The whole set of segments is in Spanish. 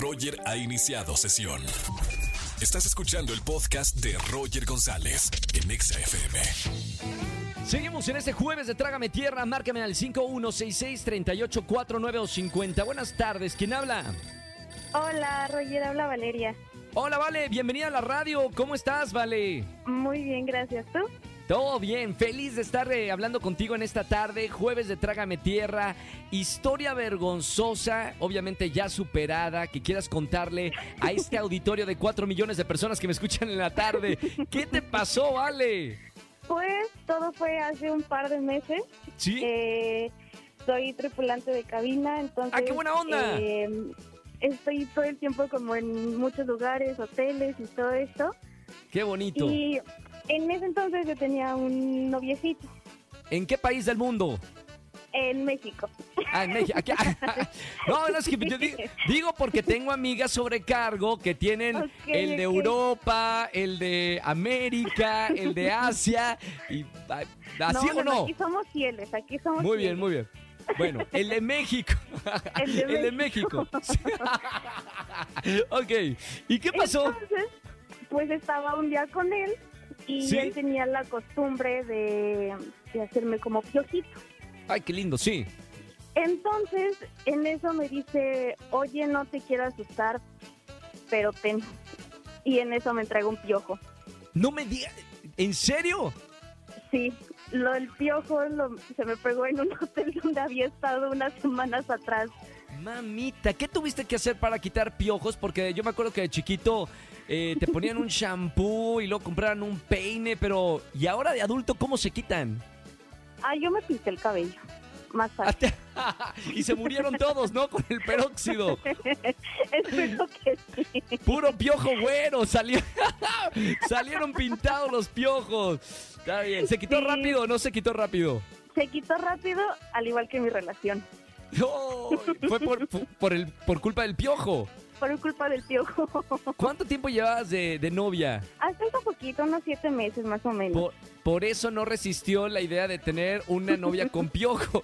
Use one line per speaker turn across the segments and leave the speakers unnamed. Roger ha iniciado sesión. Estás escuchando el podcast de Roger González en Exa FM.
Seguimos en este jueves de Trágame Tierra. Márcame al 5166-3849-50. Buenas tardes. ¿Quién habla?
Hola, Roger, habla Valeria.
Hola, Vale. Bienvenida a la radio. ¿Cómo estás, Vale?
Muy bien, gracias. ¿Tú?
Todo bien, feliz de estar eh, hablando contigo en esta tarde, jueves de Trágame Tierra, historia vergonzosa, obviamente ya superada, que quieras contarle a este auditorio de 4 millones de personas que me escuchan en la tarde. ¿Qué te pasó, Ale?
Pues todo fue hace un par de meses.
¿Sí?
Eh, soy tripulante de cabina, entonces...
¡Ah, qué buena onda!
eh, estoy todo el tiempo como en muchos lugares, hoteles y todo esto.
¡Qué bonito!
Y en ese entonces yo tenía un noviecito
¿En qué país del mundo?
en México.
Ah, en México. Aquí- No, no, es que yo di- digo porque tengo amigas sobrecargo que tienen
Ok,
el de
ok.
Europa, el de América, el de Asia. Y, ay, ¿Así o no?
Aquí somos fieles, aquí somos
Muy bien, muy bien. Bueno, el de México.
El de
México. ok. ¿Y qué pasó?
Entonces, pues estaba un día con él y
¿Sí?
él tenía la costumbre de, de hacerme como piojito.
Ay, qué lindo, sí.
Entonces, en eso me dice, oye, no te quiero asustar, pero ten. Y en eso me entrega un piojo.
No me digas. ¿En serio?
Sí, lo, el piojo lo- se me pegó en un hotel donde había estado unas semanas atrás.
Mamita, ¿qué tuviste que hacer para quitar piojos? Porque yo me acuerdo que de chiquito eh, te ponían un shampoo y luego compraban un peine, pero ¿y ahora de adulto cómo se quitan?
Ah, yo me pinté el cabello. Más
Ah.
fácil.
y se murieron todos, ¿no? Con el peróxido.
Espero que sí.
Puro piojo güero, salió, salieron pintados los piojos. Está bien, ¿se quitó
Sí.
rápido o no se quitó rápido?
Se quitó rápido, al igual que mi relación.
No, fue por, fu- por el, por culpa del piojo.
Por culpa del piojo.
¿Cuánto tiempo llevabas de, de novia?
Hasta un poquito, unos siete meses más o menos.
Por, por eso no resistió la idea de tener una novia con piojos.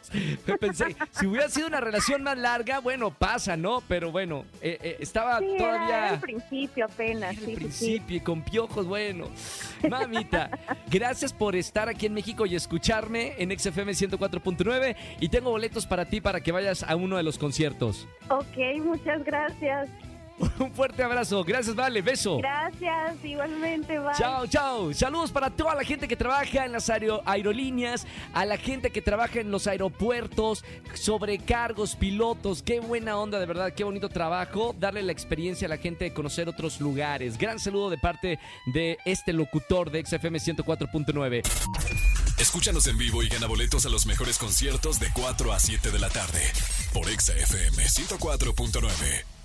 Pensé, si hubiera sido una relación más larga, bueno, pasa, ¿no? Pero bueno, eh, eh, estaba
sí, era-
todavía...
era al principio apenas.
Al
sí, sí, sí.
principio y con piojos, bueno. Mamita, gracias por estar aquí en México y escucharme en XFM 104.9 y tengo boletos para ti para que vayas a uno de los conciertos.
Ok, muchas gracias.
Un fuerte abrazo, gracias, vale, beso.
Gracias, igualmente, bye.
Chao, chao. Saludos para toda la gente que trabaja en las aero- aerolíneas, a la gente que trabaja en los aeropuertos, sobrecargos, pilotos. Qué buena onda, de verdad, qué bonito trabajo. Darle la experiencia a la gente de conocer otros lugares. Gran saludo de parte de este locutor de XFM 104.9.
Escúchanos en vivo y gana boletos a los mejores conciertos de 4 a 7 de la tarde por Exa FM 104.9.